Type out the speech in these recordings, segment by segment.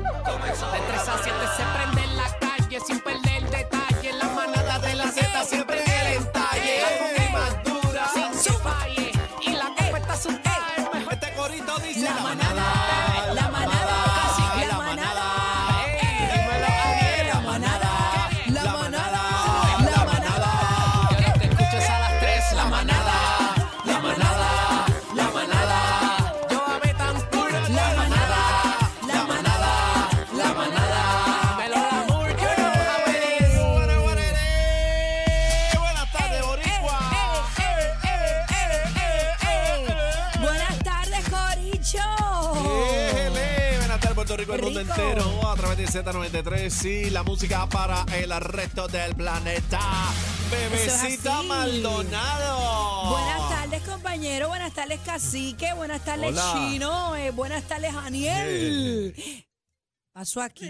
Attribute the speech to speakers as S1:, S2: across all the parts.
S1: De 3 a 7 se prende en la calle sin perder detalle. La manada de la Z siempre en el entalle. La coca es más dura, sin su falle. Y la copa está asustada, el mejor.
S2: Este corito dice
S3: La manada, la manada, casi la manada.
S1: ey,
S2: dímelo, Ariel,
S3: La manada, la manada, la manada.
S1: Yo te escuchas a las 3, la manada.
S3: La manada, la manada,
S1: Yo a Betancourt,
S3: la manada, la manada, la manada.
S1: Me lo da mucho, no
S2: Guarere, guare, guarere. Buenas tardes,
S3: Eh,
S2: Boricua.
S3: Buenas tardes, Coricho.
S2: Éjele, Buenas tardes, Puerto Rico, el mundo
S3: eh, Rico.
S2: entero. A través de Z93, y la música para el resto del planeta. Bebecita
S3: así.
S2: Maldonado.
S3: Buenas tardes, compañero. Buenas tardes, cacique. Buenas tardes,
S2: Hola.
S3: chino. Eh, buenas tardes, Aniel. Pasó aquí.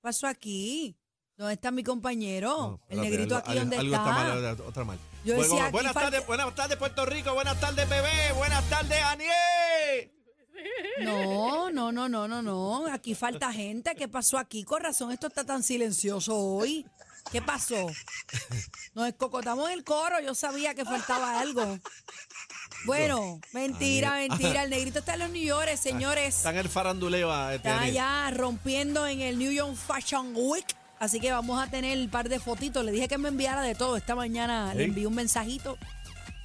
S3: Pasó aquí. ¿Dónde está mi compañero? el
S2: Espérate,
S3: negrito
S2: algo-
S3: aquí, ¿dónde
S2: algo
S3: está?
S2: mal, algo- otra mal.
S3: Yo
S2: Bueno,
S3: decía, aquí
S2: buenas
S3: falta-
S2: tardes, buenas tardes Puerto Rico, buenas tardes bebé, buenas tardes Aniel.
S3: No, no, no, no, no, no. Aquí falta gente. ¿Qué pasó aquí? Con razón, esto está tan silencioso hoy. ¿Qué pasó? Nos escocotamos el coro. Yo sabía que faltaba algo. Bueno, mentira,
S2: Aniel.
S3: mentira. El negrito está en los New York, señores.
S2: Está en el faranduleo ah, este
S3: Está
S2: Aniel.
S3: ya rompiendo en el New York Fashion Week. Así que vamos a tener un par de fotitos. Le dije que me enviara de todo. Esta mañana le
S2: Ey.
S3: envié un mensajito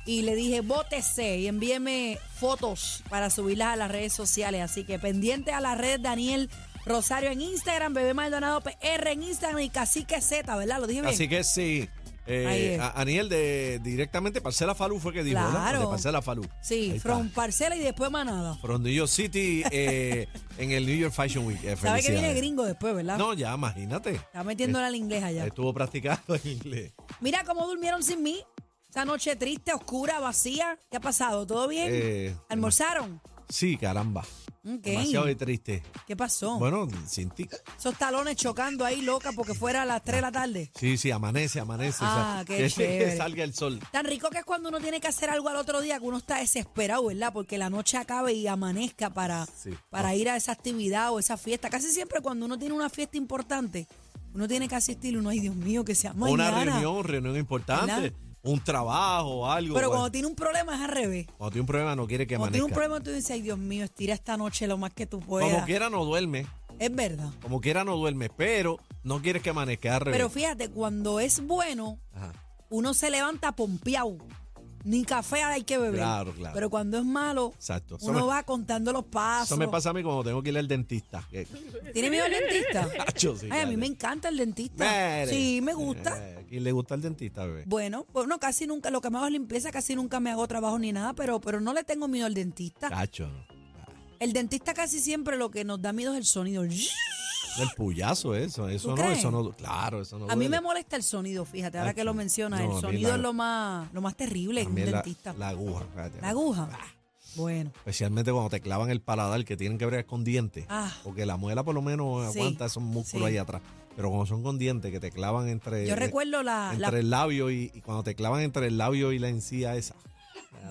S3: y le dije, bótese y envíeme fotos para subirlas a las redes sociales. Así que pendiente a la red Daniel Rosario en Instagram, Bebé Maldonado PR en Instagram y Cacique Z, ¿verdad? Lo dije bien.
S2: Así que sí. eh,
S3: Ahí es.
S2: a- Aniel de directamente Parcela Falú fue que dijo, ¿verdad?
S3: Claro.
S2: De Parcela Falú. Ahí
S3: sí,
S2: está.
S3: from parcela y después manada.
S2: From New York City eh, en el New York Fashion Week. eh,
S3: Sabe que viene
S2: felicidades.
S3: gringo después, ¿verdad?
S2: No, ya, imagínate.
S3: Está metiéndole al inglés allá.
S2: Estuvo practicando el inglés.
S3: Mira cómo durmieron sin mí. Esa noche triste, oscura, vacía. ¿Qué ha pasado? ¿Todo bien?
S2: Eh,
S3: ¿Almorzaron?
S2: Sí, caramba.
S3: Ok.
S2: Demasiado de triste.
S3: ¿Qué pasó?
S2: Bueno, sin ti.
S3: Esos talones chocando ahí, loca, porque fuera a las 3 de la tarde.
S2: Sí, sí, amanece, amanece.
S3: Ah,
S2: o sea,
S3: qué
S2: que, que
S3: chévere.
S2: salga el sol.
S3: Tan rico que es cuando uno tiene que hacer algo al otro día, que uno está desesperado, ¿verdad? Porque la noche acabe y amanezca para,
S2: Sí.
S3: para ir a esa actividad o esa fiesta. Casi siempre cuando uno tiene una fiesta importante, uno tiene que asistir. Uno, ay, Dios mío, que sea mañana.
S2: Una reunión, reunión importante,
S3: ¿Verdad?
S2: un trabajo, algo.
S3: Pero cuando
S2: cuando,
S3: tiene un problema es al revés.
S2: tiene un problema no quiere que
S3: Cuando tiene
S2: amanezca.
S3: un problema, tú dices, ay, Dios mío, estira esta noche lo más que tú puedas.
S2: como quiera no duerme,
S3: Es verdad.
S2: como quiera no duerme, pero no quieres que amanezca al revés.
S3: Pero fíjate, cuando es bueno,
S2: Ajá.
S3: uno se levanta pompeado. Ni café hay que beber.
S2: Claro, claro.
S3: Pero cuando es malo,
S2: Exacto. Eso
S3: uno
S2: me-
S3: va contando los pasos.
S2: Eso me pasa a mí cuando tengo que ir al dentista. que-
S3: ¿Tiene miedo al dentista?
S2: Cacho, sí,
S3: Ay, a mí
S2: dale.
S3: me encanta el dentista.
S2: Mere.
S3: Sí, me gusta.
S2: Eh, ¿Y le gusta el dentista, bebé?
S3: Bueno, bueno, casi nunca, lo que me hago es limpieza, casi nunca me hago trabajo ni nada, pero, pero no le tengo miedo al dentista.
S2: Cacho, no.
S3: El dentista casi siempre lo que nos da miedo es el sonido.
S2: El puyazo, eso. Eso
S3: ¿Tú
S2: no,
S3: crees?
S2: eso no. Claro, eso no.
S3: A mí
S2: duele.
S3: me molesta el sonido, fíjate, ahora que lo
S2: Acho.
S3: mencionas,
S2: No, a
S3: el
S2: mí
S3: sonido
S2: la-
S3: es lo más, lo más terrible en un
S2: También la,
S3: dentista.
S2: la aguja. fíjate.
S3: ¿La aguja?
S2: ah.
S3: Bueno,
S2: Especialmente cuando te clavan el paladar, que tienen que bregar con dientes.
S3: Ah.
S2: Porque la muela por lo menos
S3: Sí,
S2: aguanta esos músculos
S3: sí.
S2: ahí atrás. Pero cuando son con dientes, que te clavan entre,
S3: yo recuerdo Ah, la...
S2: Eh, entre
S3: la-
S2: el labio y, y cuando te clavan entre el labio y la encía esa.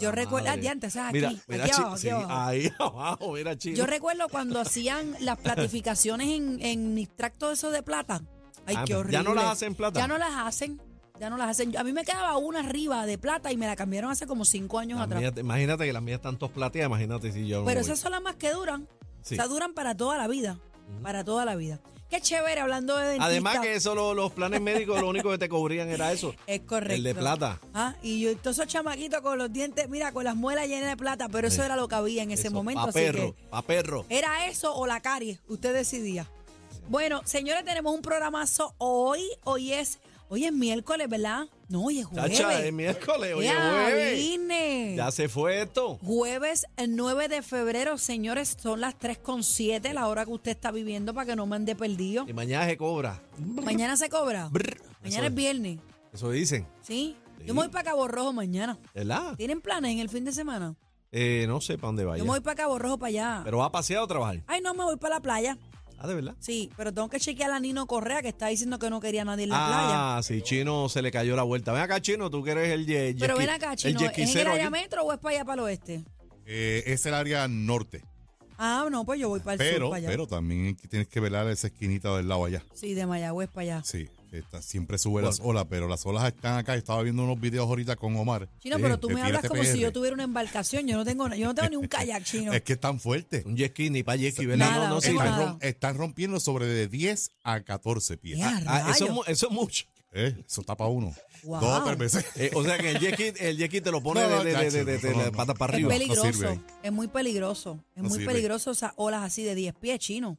S3: yo recuerdo... ah,
S2: Madre.
S3: diantre, eso es aquí,
S2: Mira,
S3: aquí
S2: mira, chi-
S3: abajo, aquí
S2: sí,
S3: abajo.
S2: ahí abajo, mira, chino.
S3: Yo recuerdo cuando hacían las platificaciones en, en extracto de eso de plata. Ay,
S2: Ah,
S3: qué horrible.
S2: ¿ya no las hacen plata?
S3: Ya no las hacen. Ya no las hacen. A mí me quedaba una arriba de plata y me la cambiaron hace como cinco años
S2: Las
S3: atrás.
S2: mías- imagínate que las mías están todas plateadas, imagínate si yo no
S3: Pero
S2: voy.
S3: esas son las más que duran.
S2: Sí.
S3: O sea, duran para toda la vida. Para toda la vida. Qué chévere hablando de dentista.
S2: Además que eso, lo- los planes médicos, lo único que te cubrían era eso.
S3: Es correcto.
S2: El de plata.
S3: Ah, y yo, todos esos chamaquitos con los dientes, mira, con las muelas llenas de plata, pero eso
S2: Sí.
S3: era lo que había en ese
S2: Eso,
S3: momento.
S2: Pa'
S3: así
S2: perro,
S3: que
S2: pa' perro.
S3: ¿Era eso o la caries? Usted decidía. Bueno, señores, tenemos un programazo hoy. Hoy es, hoy es miércoles, ¿verdad? No, hoy es jueves.
S2: Chacha, es miércoles, oye,
S3: Ya
S2: jueves.
S3: vine.
S2: Ya se fue esto.
S3: Jueves el 9 de febrero, señores, son las 3.7, la hora que usted está viviendo para que no me ande perdido.
S2: Y mañana se cobra.
S3: Mañana se cobra.
S2: Brr.
S3: Mañana
S2: Eso-
S3: es viernes,
S2: Eso dicen,
S3: ¿sí?
S2: Sí.
S3: Yo me voy para Cabo Rojo mañana.
S2: ¿verdad?
S3: ¿Tienen planes en el fin de semana?
S2: Eh, no sé para dónde vaya.
S3: Yo me voy para Cabo Rojo, para allá.
S2: Pero va a pasear o trabajar.
S3: Ay, no, me voy para la playa.
S2: Ah, de verdad.
S3: Sí, pero tengo que chequear a Nino Correa, que está diciendo que no quería a nadie en la playa.
S2: ah, sí, Chino se le cayó la vuelta. Ven acá, Chino, tú que eres el ye-
S3: Pero
S2: yesqui-
S3: ven acá, Chino,
S2: el
S3: ¿es en el
S2: yesquicero
S3: área
S2: aquí.
S3: metro o es para allá, para el oeste?
S4: Eh, es el área norte.
S3: Ah, no, pues yo voy para el sur,
S4: Pero,
S3: para allá.
S4: pero también hay que- tienes que velar esa esquinita del lado allá.
S3: Sí, de Mayagüez para allá.
S4: Sí, está, siempre sube las olas, pero las olas están acá. Estaba viendo unos videos ahorita con Omar.
S3: Chino,
S4: Sí,
S3: pero tú
S4: te
S3: me hablas
S4: tírate
S3: como si
S4: PR.
S3: yo tuviera una embarcación. Yo no tengo, yo no tengo ni un kayak chino.
S4: Es que es tan fuerte.
S2: Un jet ski ni para jet ski, ¿verdad?
S4: No,
S3: Nada,
S2: no, no,
S3: no
S2: sí.
S3: tengo
S4: están,
S3: nada.
S4: rom- están rompiendo sobre de 10 a 14 pies.
S3: Ya,
S2: Ah, eso, es
S3: rayos.
S2: mu- eso es mucho.
S4: Eh, eso tapa uno.
S3: Wow.
S4: Dos o tres veces.
S2: Eh, o sea que el jet ski, el jet ski te lo pone
S4: No, no,
S2: de, de, de, de- de- de
S4: no,
S2: la
S4: no.
S2: pata para
S3: Es
S2: arriba.
S4: peli- no
S3: peligroso,
S4: sirve ahí.
S3: es muy peligroso. Es
S4: No
S3: muy
S4: sirve.
S3: peligroso esas olas así de 10 pies chino.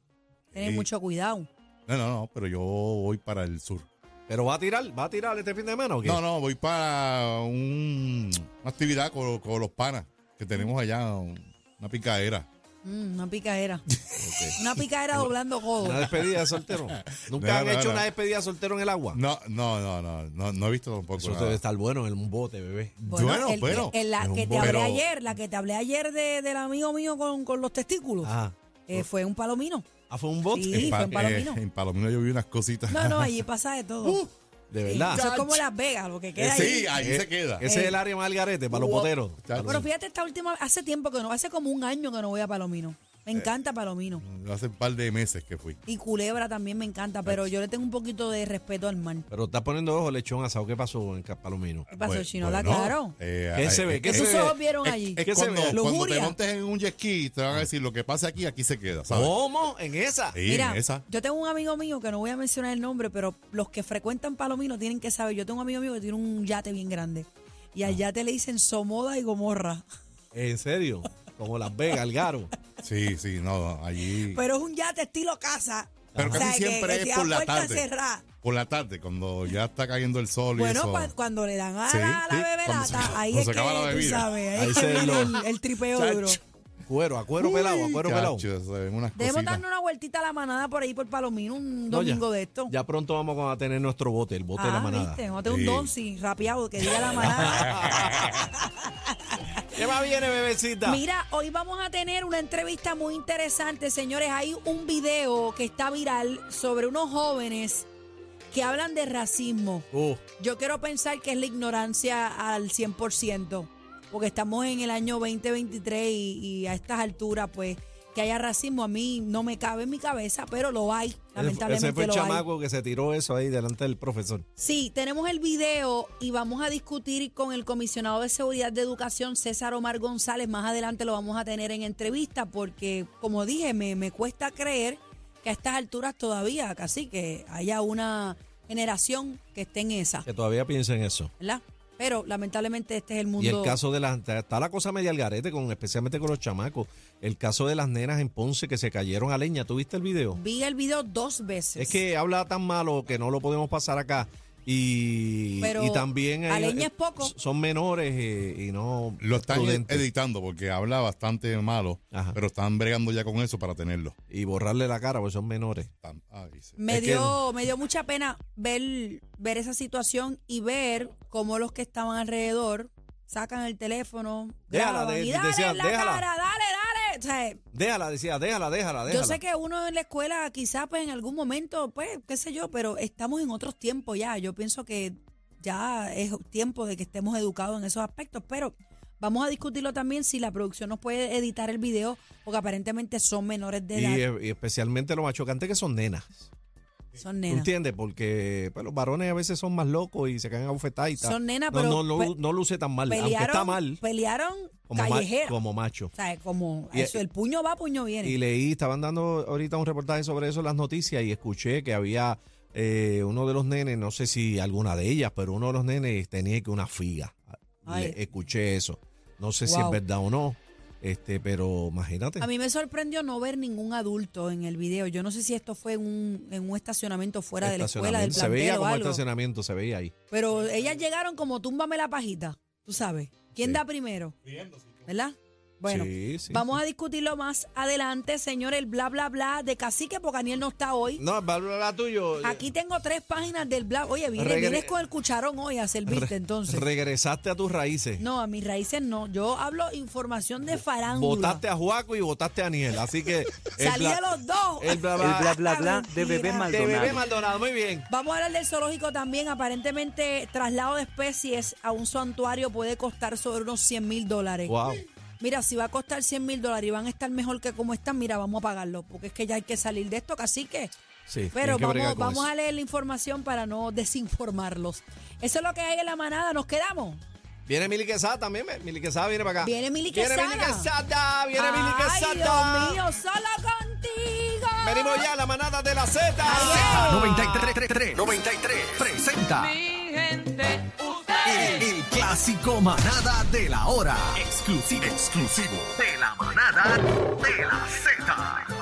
S3: Tener
S4: Sí.
S3: mucho cuidado.
S4: No, no, no, pero yo voy para el sur.
S2: Pero va a tirar, va a tirar este fin de semana o qué?
S4: No, no, voy para un- una actividad con, con los panas que tenemos allá, un- una picadera.
S3: Mm, una picadera.
S2: Ok.
S3: Una picadera doblando codo.
S2: Una despedida de soltero. Nunca
S4: No,
S2: han
S4: no,
S2: hecho
S4: no.
S2: una despedida de soltero en el agua.
S4: No, no, no, no, no, no he visto tampoco.
S2: Eso
S4: nada.
S2: debe estar bueno en un bote, bebé.
S4: Bueno,
S3: el-
S4: bueno,
S3: el- la
S4: es un
S3: que te
S4: buen-
S3: hablé
S4: pero-
S3: ayer, la que te hablé ayer de- del amigo mío con, con los testículos,
S4: Ah,
S2: Ajá.
S3: eh, fue un palomino.
S2: Ah, fue un bote.
S3: Sí, fue en Palomino.
S4: eh, en Palomino yo vi unas cositas. Eh,
S3: No, no, allí pasa de todo.
S2: De
S3: Sí,
S2: verdad.
S3: Eso es como Las Vegas, lo que
S4: Uh, Eh,
S3: queda ahí.
S4: sí, ahí
S2: Eh,
S4: se queda.
S2: Ese es el área más al garete, para los
S4: Guau.
S2: boteros.
S4: Chacho.
S3: Pero fíjate, esta última, hace tiempo que no, hace como un año que no voy a Palomino.
S4: Eh.
S3: Me encanta Palomino.
S4: Hace un par de meses que fui.
S3: Y Culebra también me encanta, pero yo le tengo un poquito de respeto al mar.
S2: Pero estás poniendo ojo lechón asado. ¿Qué pasó en Ca- Palomino?
S3: ¿Qué pasó,
S4: Bueno,
S3: Chino?
S4: bueno,
S3: Habla claro.
S4: eh,
S2: ¿Qué
S4: eh,
S2: se ve?
S4: eh,
S2: ¿Qué
S3: ¿Qué
S2: se
S3: sus
S2: ve?
S3: ojos vieron
S4: Es-
S3: allí?
S4: es
S2: ¿Qué se
S4: cuando,
S2: ve?
S4: cuando te
S3: Lujuria.
S4: montes en un jet ski, te van a decir lo que pasa aquí, aquí se queda. ¿sabes?
S2: ¿Cómo? ¿En esa?
S4: Sí,
S3: Mira,
S4: esa.
S3: yo tengo un amigo mío que no voy a mencionar el nombre, pero los que frecuentan Palomino tienen que saber. Yo tengo un amigo mío que tiene un yate bien grande. Y
S4: Ah.
S3: al yate le dicen Somoda y Gomorra.
S2: ¿En serio? Como Las Vegas, Algaro.
S4: Sí, sí, no, no, allí.
S3: Pero es un yate estilo casa.
S4: Pero casi
S3: Pues, que-
S4: siempre
S3: que
S4: es
S3: queda
S4: por la
S3: puerta
S4: tarde.
S3: cerrada.
S4: Por la tarde, cuando ya está cayendo el sol y
S3: Bueno,
S4: eso.
S3: pa- cuando le dan a
S4: Sí,
S3: la, a la
S4: sí, cuando se-
S3: beberata, ahí
S4: cuando
S3: es
S4: se
S3: que,
S4: acaba la
S3: tú
S4: bebida.
S3: sabes, ahí,
S2: Ahí
S3: es que
S2: se
S3: viene el,
S2: lo-
S3: el tripeo
S4: Chacho.
S3: duro.
S2: Cuero, a cuero pelado, a cuero pelado.
S4: Chacho, se ven unas
S3: Debemos
S4: cositas.
S3: darle una vueltita a la manada por ahí, por Palomino, un
S2: No, ya.
S3: domingo de esto.
S2: Ya pronto vamos a tener nuestro bote, el bote de la
S3: Ah,
S2: manada.
S3: viste, vamos a tener
S4: Sí.
S3: un donsi rapeado que diga la manada.
S2: ¿Qué más viene, bebecita?
S3: Mira, hoy vamos a tener una entrevista muy interesante, señores. Hay un video que está viral sobre unos jóvenes que hablan de racismo.
S2: Uh,
S3: Yo quiero pensar que es la ignorancia al 100%, porque estamos en el año 2023 y, y a estas alturas, pues, que haya racismo a mí no me cabe en mi cabeza, pero lo hay, lamentablemente
S2: ese fue el
S3: lo hay.
S2: chamaco que se tiró eso ahí delante del profesor.
S3: Sí, tenemos el video y vamos a discutir con el comisionado de Seguridad de Educación, César Omar González. Más adelante lo vamos a tener en entrevista porque, como dije, me, me cuesta creer que a estas alturas todavía casi que haya una generación que esté en esa,
S2: Que todavía piensa en eso.
S3: ¿verdad? Pero lamentablemente este es el mundo.
S2: Y el caso de las. Está la cosa media al garete, con, especialmente con los chamacos. El caso de las nenas en Ponce que se cayeron a leña. ¿Tuviste el video?
S3: Vi el video dos veces.
S2: Es que habla tan malo que no lo podemos pasar acá. Y,
S3: Pero
S2: y también. hay-
S3: a leña es poco.
S2: Son menores eh, y no.
S4: Lo están
S2: prudentes.
S4: editando porque habla bastante malo,
S2: Ajá.
S4: pero están bregando ya con eso para tenerlo.
S2: Y borrarle la cara porque son menores.
S4: Tan- ah, ay, sí.
S3: Me
S2: Es que-
S3: dio, me dio mucha pena ver, ver esa situación y ver cómo los que estaban alrededor sacan el teléfono,
S2: Déjala,
S3: graban
S2: de-
S3: y dale
S2: decían,
S3: en la
S2: déjala.
S3: cara, dale, dale. O sea,
S2: Déjala, decía, déjala, déjala, déjala.
S3: yo sé que uno en la escuela quizás pues en algún momento, pues qué sé yo, pero estamos en otros tiempos ya. Yo pienso que ya es tiempo de que estemos educados en esos aspectos, pero vamos a discutirlo también si la producción nos puede editar el video, porque aparentemente son menores de
S2: Y,
S3: edad,
S2: eh, y especialmente lo más chocante que son nenas.
S3: son
S2: ¿Tú
S3: nenas.
S2: entiendes? Porque pues, los varones a veces son más locos y se caen a bofetar y tal.
S3: Son nenas,
S2: no,
S3: pero pues,
S2: No, no,
S3: pe-
S2: no luce tan mal, aunque está mal.
S3: pelearon
S2: Como, ma-
S3: callejera.
S2: como macho.
S3: o sea, como
S2: Y- eh,
S3: eso, el puño va, puño viene.
S2: Y leí, estaban dando ahorita un reportaje sobre eso en las noticias y escuché que había eh, uno de los nenes, no sé si alguna de ellas, pero uno de los nenes tenía que una figa.
S3: Ay.
S2: Le- este. escuché eso. No sé si es
S3: Wow.
S2: verdad o no, este, pero imagínate.
S3: a mí me sorprendió no ver ningún adulto en el video. Yo no sé si esto fue en un, en un estacionamiento fuera de la escuela, del
S2: Estacionamiento. se veía
S3: plantel o
S2: como
S3: algo.
S2: estacionamiento, se veía ahí.
S3: Pero ellas llegaron como túmbame la pajita, tú sabes. ¿Quién
S4: Sí.
S3: da primero? ¿Verdad? Bueno,
S2: Sí, sí,
S3: vamos a discutirlo más adelante, señor, el bla, bla, bla de Cacique, porque Aniel no está hoy.
S2: No, bla, bla, bla, tuyo.
S3: Aquí tengo tres páginas del bla. Oye, vienes,
S2: Regre-
S3: vienes con el cucharón hoy a servirte, entonces.
S2: Regresaste a tus raíces.
S3: No, a mis raíces no. Yo hablo información de farándula.
S2: Votaste a Juaco y votaste a Aniel. Así que. el
S3: Salí
S2: bla-
S3: de los dos.
S2: El bla,
S5: El bla
S2: bla,
S5: bla bla de bebé
S3: Mentira.
S2: de bebé
S5: Maldonado.
S2: Maldonado. Muy bien.
S3: Vamos a hablar del zoológico también. Aparentemente, traslado de especies a un santuario puede costar sobre unos 100 mil dólares.
S2: Wow.
S3: Mira, si va a costar 100 mil dólares y van a estar mejor que como están, mira, vamos a pagarlo, porque es que ya hay que salir de esto, casi que.
S2: Sí, tienen
S3: Pero
S2: que
S3: vamos,
S2: bregar con
S3: vamos
S2: eso.
S3: a leer la información para no desinformarlos. Eso es lo que hay en la manada, nos quedamos.
S2: Viene Mili Quesada también, ve, Mili Quesada viene para acá.
S3: Viene Mili
S2: Viene Mili
S3: Quesada.
S2: Quesada, viene Mili
S3: Ay,
S2: Quesada.
S3: Dios mío, solo contigo.
S2: Venimos ya, la manada de la Z.
S5: 93, 93, presenta
S1: Mi gente,
S5: el, el clásico manada de la hora. Exclusivo, exclusivo de la manada de la Z.